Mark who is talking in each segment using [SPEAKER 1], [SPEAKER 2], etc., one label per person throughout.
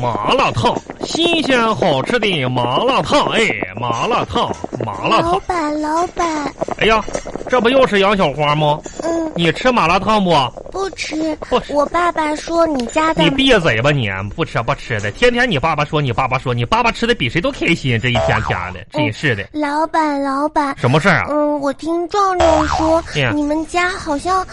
[SPEAKER 1] 麻辣烫，新鲜好吃的麻辣烫，哎，麻辣烫，麻辣
[SPEAKER 2] 老
[SPEAKER 1] 烫。
[SPEAKER 2] 板，老板，
[SPEAKER 1] 哎呀，这不又是杨小花吗？
[SPEAKER 2] 嗯，
[SPEAKER 1] 你吃麻辣烫不？
[SPEAKER 2] 不吃
[SPEAKER 1] 不。吃
[SPEAKER 2] 我爸爸说你家的
[SPEAKER 1] 你闭嘴吧你！不吃不吃的，天天你爸爸说你爸爸说你爸爸吃的比谁都开心，这一天天的，真是的。
[SPEAKER 2] 老板，老板，
[SPEAKER 1] 什么事儿啊？
[SPEAKER 2] 嗯，我听壮壮说
[SPEAKER 1] 哎呀
[SPEAKER 2] 你们家好像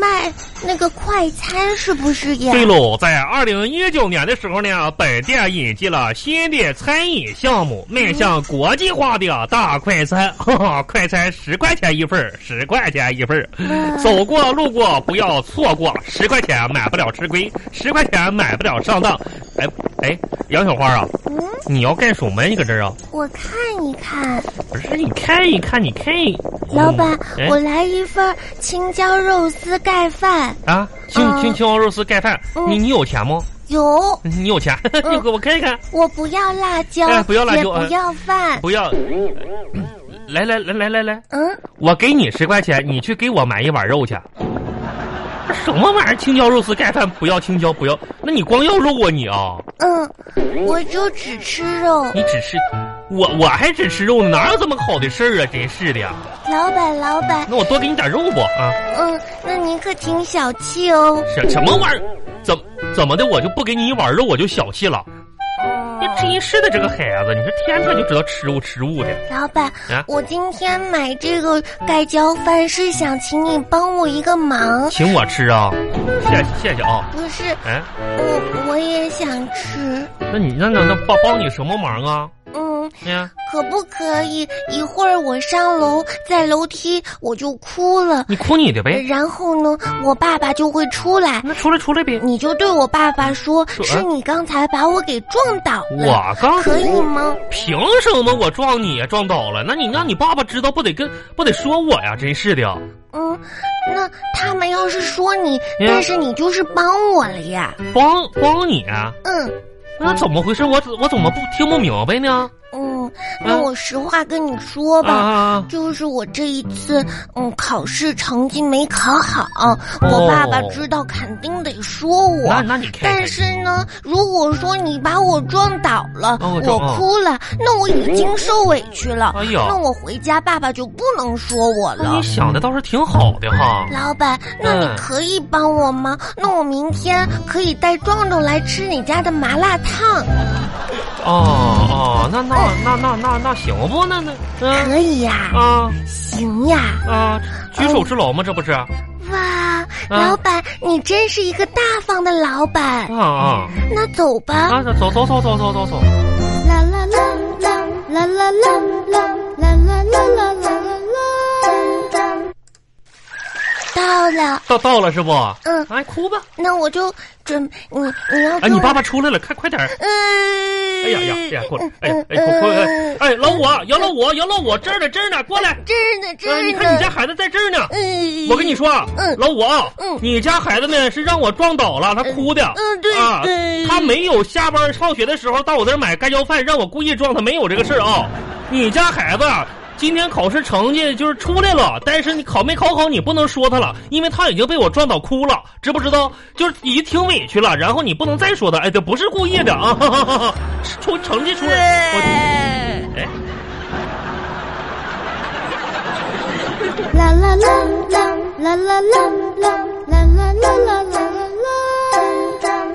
[SPEAKER 2] 卖那个快餐，是不是呀？
[SPEAKER 1] 对喽，在二零一九年的时候呢，本店引进了新的餐饮项目，面向国际化的大快餐， 哈哈，快餐十块钱一份儿，十块钱一份儿。
[SPEAKER 2] 嗯
[SPEAKER 1] 走过路过不要错过，十块钱买不了吃亏，十块钱买不了上当。哎哎，杨小花啊，
[SPEAKER 2] 嗯，
[SPEAKER 1] 你要干什么呀？你搁这儿啊？
[SPEAKER 2] 我看一看，
[SPEAKER 1] 不是，你看一看，你看一。
[SPEAKER 2] 老板
[SPEAKER 1] 嗯哎，
[SPEAKER 2] 我来一份青椒肉丝盖饭。
[SPEAKER 1] 啊，青
[SPEAKER 2] 嗯
[SPEAKER 1] 青青椒肉丝盖饭，
[SPEAKER 2] 嗯
[SPEAKER 1] 你你有钱吗？
[SPEAKER 2] 有，
[SPEAKER 1] 你有钱？ 你给我看一看。
[SPEAKER 2] 我不要辣椒，
[SPEAKER 1] 哎不要辣椒
[SPEAKER 2] 也
[SPEAKER 1] 哎
[SPEAKER 2] 不要饭。
[SPEAKER 1] 不要，来来来来来来，
[SPEAKER 2] 嗯，
[SPEAKER 1] 我给你十块钱，你去给我买一碗肉去。什么玩意儿？青椒肉丝盖饭不要青椒，不要，那你光要肉啊你啊？
[SPEAKER 2] 嗯，我就只吃肉。
[SPEAKER 1] 你只吃，我我还只吃肉呢，哪有这么好的事儿啊？真是的呀，
[SPEAKER 2] 老板，老板，
[SPEAKER 1] 那我多给你点肉不啊？
[SPEAKER 2] 嗯，那您可挺小气哦。
[SPEAKER 1] 什什么玩意儿？怎怎么的？我就不给你一碗肉，我就小气了？你真是的，这个孩子，你说天天就知道吃肉吃肉的。
[SPEAKER 2] 老板
[SPEAKER 1] 啊，
[SPEAKER 2] 我今天买这个盖浇饭是想请你帮我一个忙，
[SPEAKER 1] 请我吃啊，谢谢谢啊，
[SPEAKER 2] 不是，嗯
[SPEAKER 1] 哎，
[SPEAKER 2] 我我也想吃。
[SPEAKER 1] 那你那那那帮帮你什么忙啊？
[SPEAKER 2] 嗯，
[SPEAKER 1] 哎呀，
[SPEAKER 2] 可不可以一会儿我上楼，在楼梯我就哭了，
[SPEAKER 1] 你哭你的呗，
[SPEAKER 2] 然后呢，我爸爸就会出来。
[SPEAKER 1] 那出来出来呗。
[SPEAKER 2] 你就对我爸爸说，
[SPEAKER 1] 说啊
[SPEAKER 2] 是你刚才把我给撞倒了，
[SPEAKER 1] 我刚
[SPEAKER 2] 嗯可以啊吗？
[SPEAKER 1] 凭什么我撞你呀？啊撞倒了？那你让你爸爸知道不得跟不得说我呀？真是的呀，
[SPEAKER 2] 嗯，那他们要是说你，
[SPEAKER 1] 嗯
[SPEAKER 2] 但是你就是帮我了呀。
[SPEAKER 1] 帮帮你啊，
[SPEAKER 2] 嗯
[SPEAKER 1] 那怎么回事？我怎我怎么不听不明白呢？
[SPEAKER 2] 嗯，那
[SPEAKER 1] 嗯
[SPEAKER 2] 我实话跟你说
[SPEAKER 1] 啊
[SPEAKER 2] 吧。
[SPEAKER 1] 啊，啊
[SPEAKER 2] 就是我这一次，嗯，考试成绩没考好，
[SPEAKER 1] 哦
[SPEAKER 2] 我爸爸知道肯定得说我。
[SPEAKER 1] 那那你看
[SPEAKER 2] 但
[SPEAKER 1] 看，
[SPEAKER 2] 是呢，如果说你把我撞倒了，
[SPEAKER 1] 哦撞
[SPEAKER 2] 我
[SPEAKER 1] 哦
[SPEAKER 2] 哭了，那我已经受委屈了。
[SPEAKER 1] 哎呀
[SPEAKER 2] 那我回家爸爸就不能说我
[SPEAKER 1] 那
[SPEAKER 2] 了
[SPEAKER 1] 你。想的倒是挺好的哈。
[SPEAKER 2] 老板，那你
[SPEAKER 1] 嗯
[SPEAKER 2] 可以帮我吗？那我明天可以带壮壮来吃你家的麻辣烫，
[SPEAKER 1] 哦哦，那那那那那那行不？那那嗯
[SPEAKER 2] 可以呀、
[SPEAKER 1] 啊
[SPEAKER 2] 行呀、
[SPEAKER 1] 啊，举手之劳吗？这不是啊
[SPEAKER 2] 哇，老板，你真是一个大方的老板。
[SPEAKER 1] 啊
[SPEAKER 2] 那走吧。
[SPEAKER 1] 啊！走走走走走走走。
[SPEAKER 2] 啦啦啦啦啦啦啦啦啦啦啦啦啦啦啦。到了，
[SPEAKER 1] 到到了是不？
[SPEAKER 2] 嗯
[SPEAKER 1] 哎，哭吧！
[SPEAKER 2] 那我就准你你要
[SPEAKER 1] 哎，
[SPEAKER 2] 跟
[SPEAKER 1] 你
[SPEAKER 2] 我
[SPEAKER 1] 爸爸出来了，快快点儿！
[SPEAKER 2] 嗯，
[SPEAKER 1] 哎呀呀，哎呀，过来！哎呀
[SPEAKER 2] 嗯
[SPEAKER 1] 哎，快快！哎
[SPEAKER 2] 嗯嗯
[SPEAKER 1] 哎，老五啊，杨老五，杨老五，这儿呢，这儿呢，过来！
[SPEAKER 2] 这儿呢，这
[SPEAKER 1] 呃
[SPEAKER 2] 儿呢。
[SPEAKER 1] 你看你家孩子在这儿呢。
[SPEAKER 2] 嗯，
[SPEAKER 1] 我跟你说啊，
[SPEAKER 2] 嗯
[SPEAKER 1] 老五啊，
[SPEAKER 2] 嗯
[SPEAKER 1] 你家孩子呢是让我撞倒了，他哭的。
[SPEAKER 2] 嗯对
[SPEAKER 1] 啊
[SPEAKER 2] 嗯，
[SPEAKER 1] 他没有下班上学的时候到我这儿买盖浇饭，让我故意撞他，没有这个事儿啊。你家孩子啊今天考试成绩就是出来了，但是你考没考好，你不能说他了，因为他已经被我撞倒哭了，知不知道？就是已经挺委屈了，然后你不能再说他，哎，这不是故意的啊，
[SPEAKER 2] 嗯
[SPEAKER 1] 哈哈哈哈出成绩出来，我哎。
[SPEAKER 2] 啦啦啦啦啦啦啦啦啦啦啦啦啦啦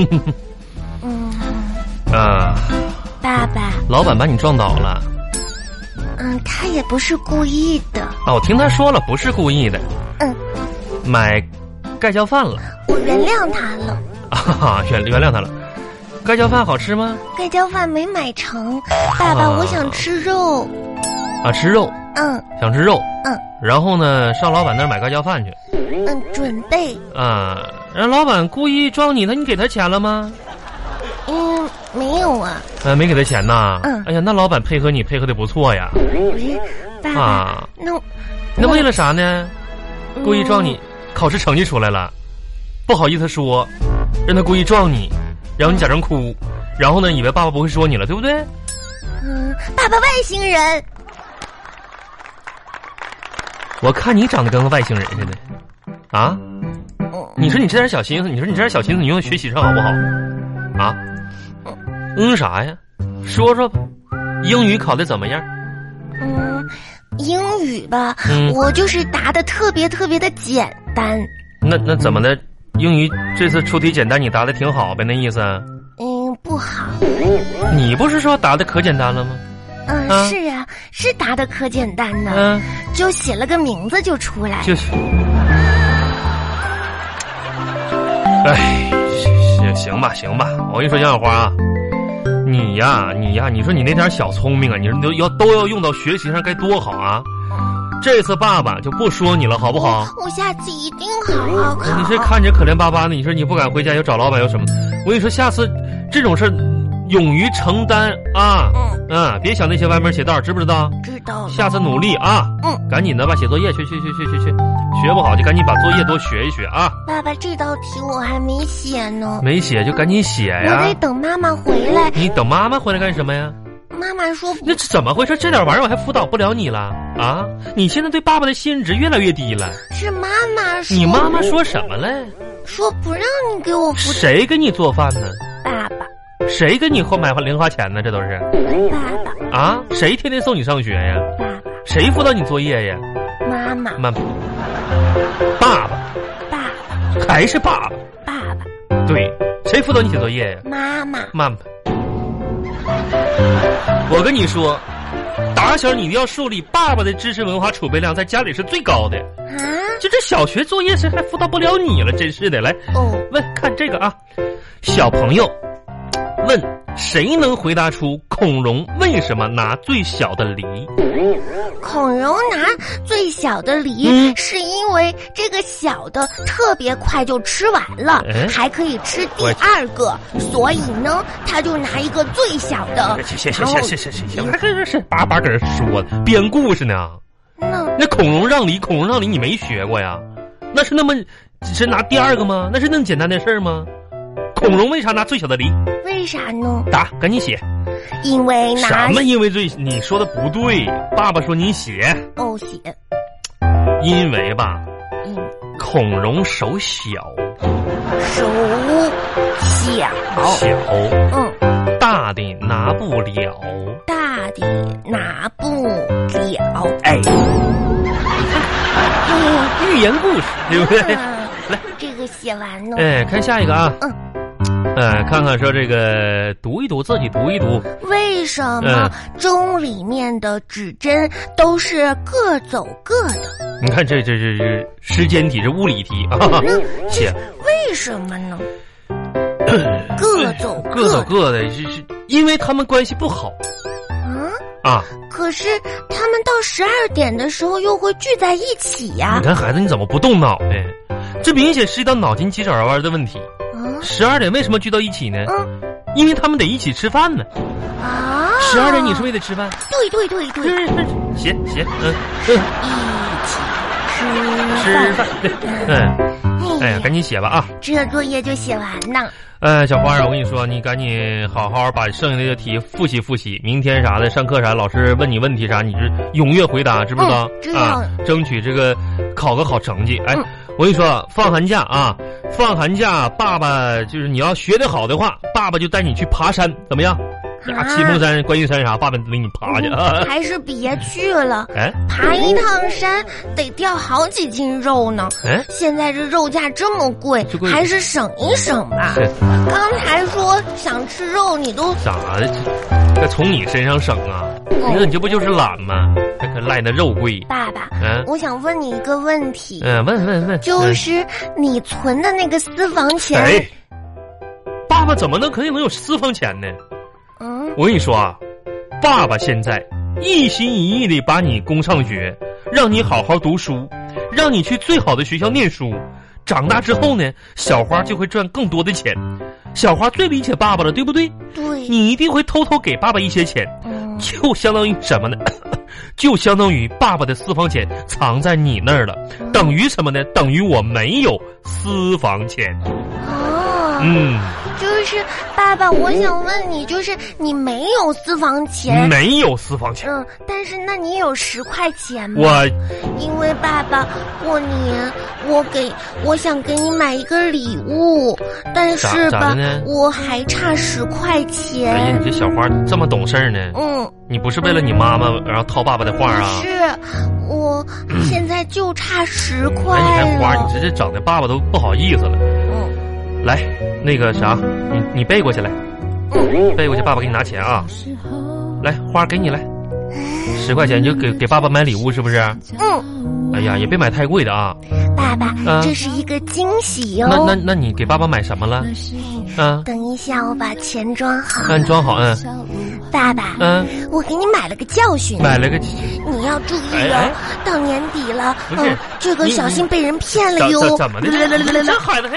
[SPEAKER 2] 啦。嗯，
[SPEAKER 1] 啊，
[SPEAKER 2] 爸爸，
[SPEAKER 1] 老板把你撞倒了
[SPEAKER 2] 嗯，他也不是故意的。
[SPEAKER 1] 啊！我听他说了，不是故意的，
[SPEAKER 2] 嗯，
[SPEAKER 1] 买盖浇饭了
[SPEAKER 2] 我原谅他了。
[SPEAKER 1] 啊！哈哈，原原谅他了。盖浇饭好吃吗？
[SPEAKER 2] 盖浇饭没买成，爸爸，
[SPEAKER 1] 啊
[SPEAKER 2] 我想吃肉。
[SPEAKER 1] 啊，吃肉，
[SPEAKER 2] 嗯
[SPEAKER 1] 想吃肉。
[SPEAKER 2] 嗯。
[SPEAKER 1] 然后呢，上老板那儿买盖浇饭去
[SPEAKER 2] 嗯，准备。
[SPEAKER 1] 啊。让老板故意撞你，他你给他钱了吗？
[SPEAKER 2] 嗯，没有啊。
[SPEAKER 1] 呃，没给他钱呐。
[SPEAKER 2] 嗯
[SPEAKER 1] 哎呀，那老板配合你配合的不错呀。
[SPEAKER 2] 喂，爸爸，
[SPEAKER 1] 啊，
[SPEAKER 2] 那我
[SPEAKER 1] 那为了啥呢？故意撞你
[SPEAKER 2] 嗯，
[SPEAKER 1] 考试成绩出来了，不好意思说，让他故意撞你，然后你假装哭，然后呢，以为爸爸不会说你了，对不对？
[SPEAKER 2] 嗯，爸爸外星人。
[SPEAKER 1] 我看你长得跟个外星人似的，啊，
[SPEAKER 2] 嗯
[SPEAKER 1] 你说你这点小心思，你说你这点小心思，你用在学习上好不好？啊？嗯啥呀？说说吧，英语考的怎么样？
[SPEAKER 2] 嗯，英语吧，
[SPEAKER 1] 嗯
[SPEAKER 2] 我就是答的特别特别的简单。
[SPEAKER 1] 那那怎么的？英语这次出题简单，你答的挺好呗？那意思？啊
[SPEAKER 2] 嗯，不好。
[SPEAKER 1] 你不是说答的可简单了吗？
[SPEAKER 2] 嗯，
[SPEAKER 1] 啊
[SPEAKER 2] 是啊，是答的可简单呢，
[SPEAKER 1] 嗯、
[SPEAKER 2] 就写了个名字就出来。
[SPEAKER 1] 就是。哎，行行吧，行吧，我跟你说，杨小花啊，你呀，你呀，你说你那点小聪明啊，你说你都要都要用到学习上，该多好啊！这次爸爸就不说你了，好不好？
[SPEAKER 2] 我下次一定好好考。
[SPEAKER 1] 你这看着可怜巴巴的，你说你不敢回家，又找老板又什么？我跟你说，下次这种事儿勇于承担啊，
[SPEAKER 2] 嗯，
[SPEAKER 1] 嗯，别想那些歪门邪道，知不知道？
[SPEAKER 2] 知道了。
[SPEAKER 1] 下次努力啊，
[SPEAKER 2] 嗯，
[SPEAKER 1] 赶紧的吧，写作业去去去去去去，学不好就赶紧把作业多学一学啊，
[SPEAKER 2] 爸爸，这道题我还没写呢，
[SPEAKER 1] 没写就赶紧写
[SPEAKER 2] 我
[SPEAKER 1] 哎呀
[SPEAKER 2] 得。等妈妈回来。
[SPEAKER 1] 你等妈妈回来干什么呀？
[SPEAKER 2] 妈妈说不
[SPEAKER 1] 那这怎么回事？这点玩意儿我还辅导不了你了啊？你现在对爸爸的信任值越来越低了。
[SPEAKER 2] 是妈妈说，
[SPEAKER 1] 你妈妈说什么了？
[SPEAKER 2] 说不让你给我辅
[SPEAKER 1] 谁给你做饭呢？
[SPEAKER 2] 爸爸，
[SPEAKER 1] 谁给你花买零花钱呢？这都是。
[SPEAKER 2] 爸爸，
[SPEAKER 1] 啊，谁天天送你上学呀？
[SPEAKER 2] 爸爸，
[SPEAKER 1] 谁辅导你作业呀？
[SPEAKER 2] 妈妈，
[SPEAKER 1] 妈，爸爸
[SPEAKER 2] 爸爸，
[SPEAKER 1] 还是爸爸？
[SPEAKER 2] 爸爸，
[SPEAKER 1] 对，谁辅导你写作业呀？
[SPEAKER 2] 妈妈，
[SPEAKER 1] 妈妈，我跟你说，打小你要树立爸爸的知识文化储备量在家里是最高的。
[SPEAKER 2] 啊，
[SPEAKER 1] 就这小学作业谁还辅导不了你了？真是的，来
[SPEAKER 2] 哦，
[SPEAKER 1] 问看这个啊，小朋友问谁能回答出孔融为什么拿最小的梨？
[SPEAKER 2] 孔融拿最小的梨，
[SPEAKER 1] 嗯
[SPEAKER 2] 是因为这个小的特别快就吃完了，
[SPEAKER 1] 哎
[SPEAKER 2] 还可以吃第
[SPEAKER 1] 我
[SPEAKER 2] 二个，所以呢，他就拿一个最小的。
[SPEAKER 1] 啊行行
[SPEAKER 2] 然后
[SPEAKER 1] 行行行行行，还这是叭叭搁这说呢，编故事呢。
[SPEAKER 2] 那
[SPEAKER 1] 那孔融让梨，孔融让梨，你没学过呀？那是那么，只是拿第二个吗？那是那么简单的事儿吗？孔融为啥拿最小的梨？
[SPEAKER 2] 为啥呢？
[SPEAKER 1] 答，赶紧写。
[SPEAKER 2] 因为拿
[SPEAKER 1] 什么？因为最你说的不对，爸爸说你写，
[SPEAKER 2] 哦写，
[SPEAKER 1] 因为吧，
[SPEAKER 2] 嗯，
[SPEAKER 1] 孔融手小，
[SPEAKER 2] 手小，
[SPEAKER 1] 小
[SPEAKER 2] 嗯，
[SPEAKER 1] 大的拿不了。
[SPEAKER 2] 大的拿不了。
[SPEAKER 1] 哎，寓言故事，对 不对？
[SPEAKER 2] 啊这个写完了，
[SPEAKER 1] 哎，看下一个啊。
[SPEAKER 2] 嗯。
[SPEAKER 1] 呃，看看说这个读一读，自己读一读。
[SPEAKER 2] 为什么钟里面的指针都是各走各的？
[SPEAKER 1] 你看这这这这时间题，这物理题啊，
[SPEAKER 2] 嗯
[SPEAKER 1] 写
[SPEAKER 2] 为什么 呢？各走
[SPEAKER 1] 各走
[SPEAKER 2] 的
[SPEAKER 1] 各的，是是因为他们关系不好
[SPEAKER 2] 啊！
[SPEAKER 1] 啊。
[SPEAKER 2] 可是他们到十二点的时候又会聚在一起呀
[SPEAKER 1] 你、看孩子，你怎么不动脑呢？这明显是一道脑筋急转弯的问题。
[SPEAKER 2] 啊！
[SPEAKER 1] 十二点为什么聚到一起呢？
[SPEAKER 2] 嗯
[SPEAKER 1] 因为他们得一起吃饭呢。
[SPEAKER 2] 啊啊！
[SPEAKER 1] 十二点你是不是也得吃饭？
[SPEAKER 2] 对对对对，一
[SPEAKER 1] 是是是，写写，嗯嗯，
[SPEAKER 2] 起
[SPEAKER 1] 吃
[SPEAKER 2] 吃
[SPEAKER 1] 饭
[SPEAKER 2] 饭。，
[SPEAKER 1] 对，嗯，哎呀，
[SPEAKER 2] 哎
[SPEAKER 1] 赶
[SPEAKER 2] 呀，
[SPEAKER 1] 紧写吧啊。
[SPEAKER 2] 这作业就写完呢。
[SPEAKER 1] 呃，小花儿，我跟你说，你赶紧好好把剩下的题复习复习，明天啥的，上课啥，老师问你问题啥，你就踊跃回答，知不知道？
[SPEAKER 2] 嗯知道
[SPEAKER 1] 啊，争取这个考个好成绩。哎，
[SPEAKER 2] 嗯
[SPEAKER 1] 我跟你说，放寒假啊，放寒假，爸爸就是你要学得好的话，爸爸就带你去爬山，怎么样？啊，
[SPEAKER 2] 啊
[SPEAKER 1] 七峰山、观音山啥，爸爸领你爬去啊。
[SPEAKER 2] 嗯还是别去了，
[SPEAKER 1] 哎
[SPEAKER 2] 爬一趟山得掉好几斤肉呢。
[SPEAKER 1] 哎，
[SPEAKER 2] 现在这肉价这么贵
[SPEAKER 1] 这，贵
[SPEAKER 2] 还是省一省 吧。
[SPEAKER 1] 是
[SPEAKER 2] 刚才说想吃肉，你都
[SPEAKER 1] 咋的？这这从你身上省啊？
[SPEAKER 2] 哦
[SPEAKER 1] 那你这不就是懒吗？还可赖那肉贵。
[SPEAKER 2] 爸爸，
[SPEAKER 1] 嗯、
[SPEAKER 2] 我想问你一个问题，
[SPEAKER 1] 嗯、问问问，
[SPEAKER 2] 就
[SPEAKER 1] 嗯
[SPEAKER 2] 是你存的那个私房钱，
[SPEAKER 1] 哎，爸爸怎么能肯定能有私房钱呢？
[SPEAKER 2] 嗯，
[SPEAKER 1] 我跟你说啊，爸爸现在一心一意的把你供上学，让你好好读书，让你去最好的学校念书。长大之后呢，小花就会赚更多的钱。小花最理解爸爸了，对不对？
[SPEAKER 2] 对，
[SPEAKER 1] 你一定会偷偷给爸爸一些钱，
[SPEAKER 2] 嗯，
[SPEAKER 1] 就相当于什么呢？ 就相当于爸爸的私房钱藏在你那儿了，等于什么呢？等于我没有私房钱。
[SPEAKER 2] 哦，
[SPEAKER 1] 嗯。
[SPEAKER 2] 就是就是爸爸，我想问你，就是你没有私房钱，
[SPEAKER 1] 没有私房钱，
[SPEAKER 2] 嗯，但是那你有十块钱吗？
[SPEAKER 1] 我
[SPEAKER 2] 因为爸爸过年我给我想给你买一个礼物，但是
[SPEAKER 1] 咋咋的
[SPEAKER 2] 吧
[SPEAKER 1] 呢，
[SPEAKER 2] 我还差十块
[SPEAKER 1] 哎呀，
[SPEAKER 2] 钱
[SPEAKER 1] 你。这小花这么懂事儿呢？
[SPEAKER 2] 嗯，
[SPEAKER 1] 你不是为了你妈妈然后套爸爸的话
[SPEAKER 2] 可
[SPEAKER 1] 啊？
[SPEAKER 2] 是我现在就差十块
[SPEAKER 1] 哎，你看花，
[SPEAKER 2] 了
[SPEAKER 1] 你。这这整的爸爸都不好意思了。
[SPEAKER 2] 嗯
[SPEAKER 1] 来，那个啥，你你背过去来，
[SPEAKER 2] 嗯，
[SPEAKER 1] 背过去，爸爸给你拿钱啊。来，花儿给你来，十块钱你就给给爸爸买礼物是不是？
[SPEAKER 3] 嗯，
[SPEAKER 1] 哎呀，也别买太贵的啊。
[SPEAKER 2] 爸爸，
[SPEAKER 1] 嗯
[SPEAKER 2] 这是一个惊喜
[SPEAKER 1] 那那
[SPEAKER 2] 哦。
[SPEAKER 1] 那你给爸爸买什么了？嗯、
[SPEAKER 2] 等一下，我把钱装好。
[SPEAKER 1] 那你装好，嗯
[SPEAKER 2] 爸爸，
[SPEAKER 1] 嗯，
[SPEAKER 2] 我给你买了个教训，
[SPEAKER 1] 买了个
[SPEAKER 2] 你要注意
[SPEAKER 1] 哎
[SPEAKER 2] 哦
[SPEAKER 1] 哎，
[SPEAKER 2] 到年底了，
[SPEAKER 1] 不是
[SPEAKER 2] 嗯，这个
[SPEAKER 1] 你
[SPEAKER 2] 小
[SPEAKER 1] 你
[SPEAKER 2] 心被人骗了
[SPEAKER 1] 怎
[SPEAKER 2] 哟。
[SPEAKER 1] 怎怎么的？这孩子嘿，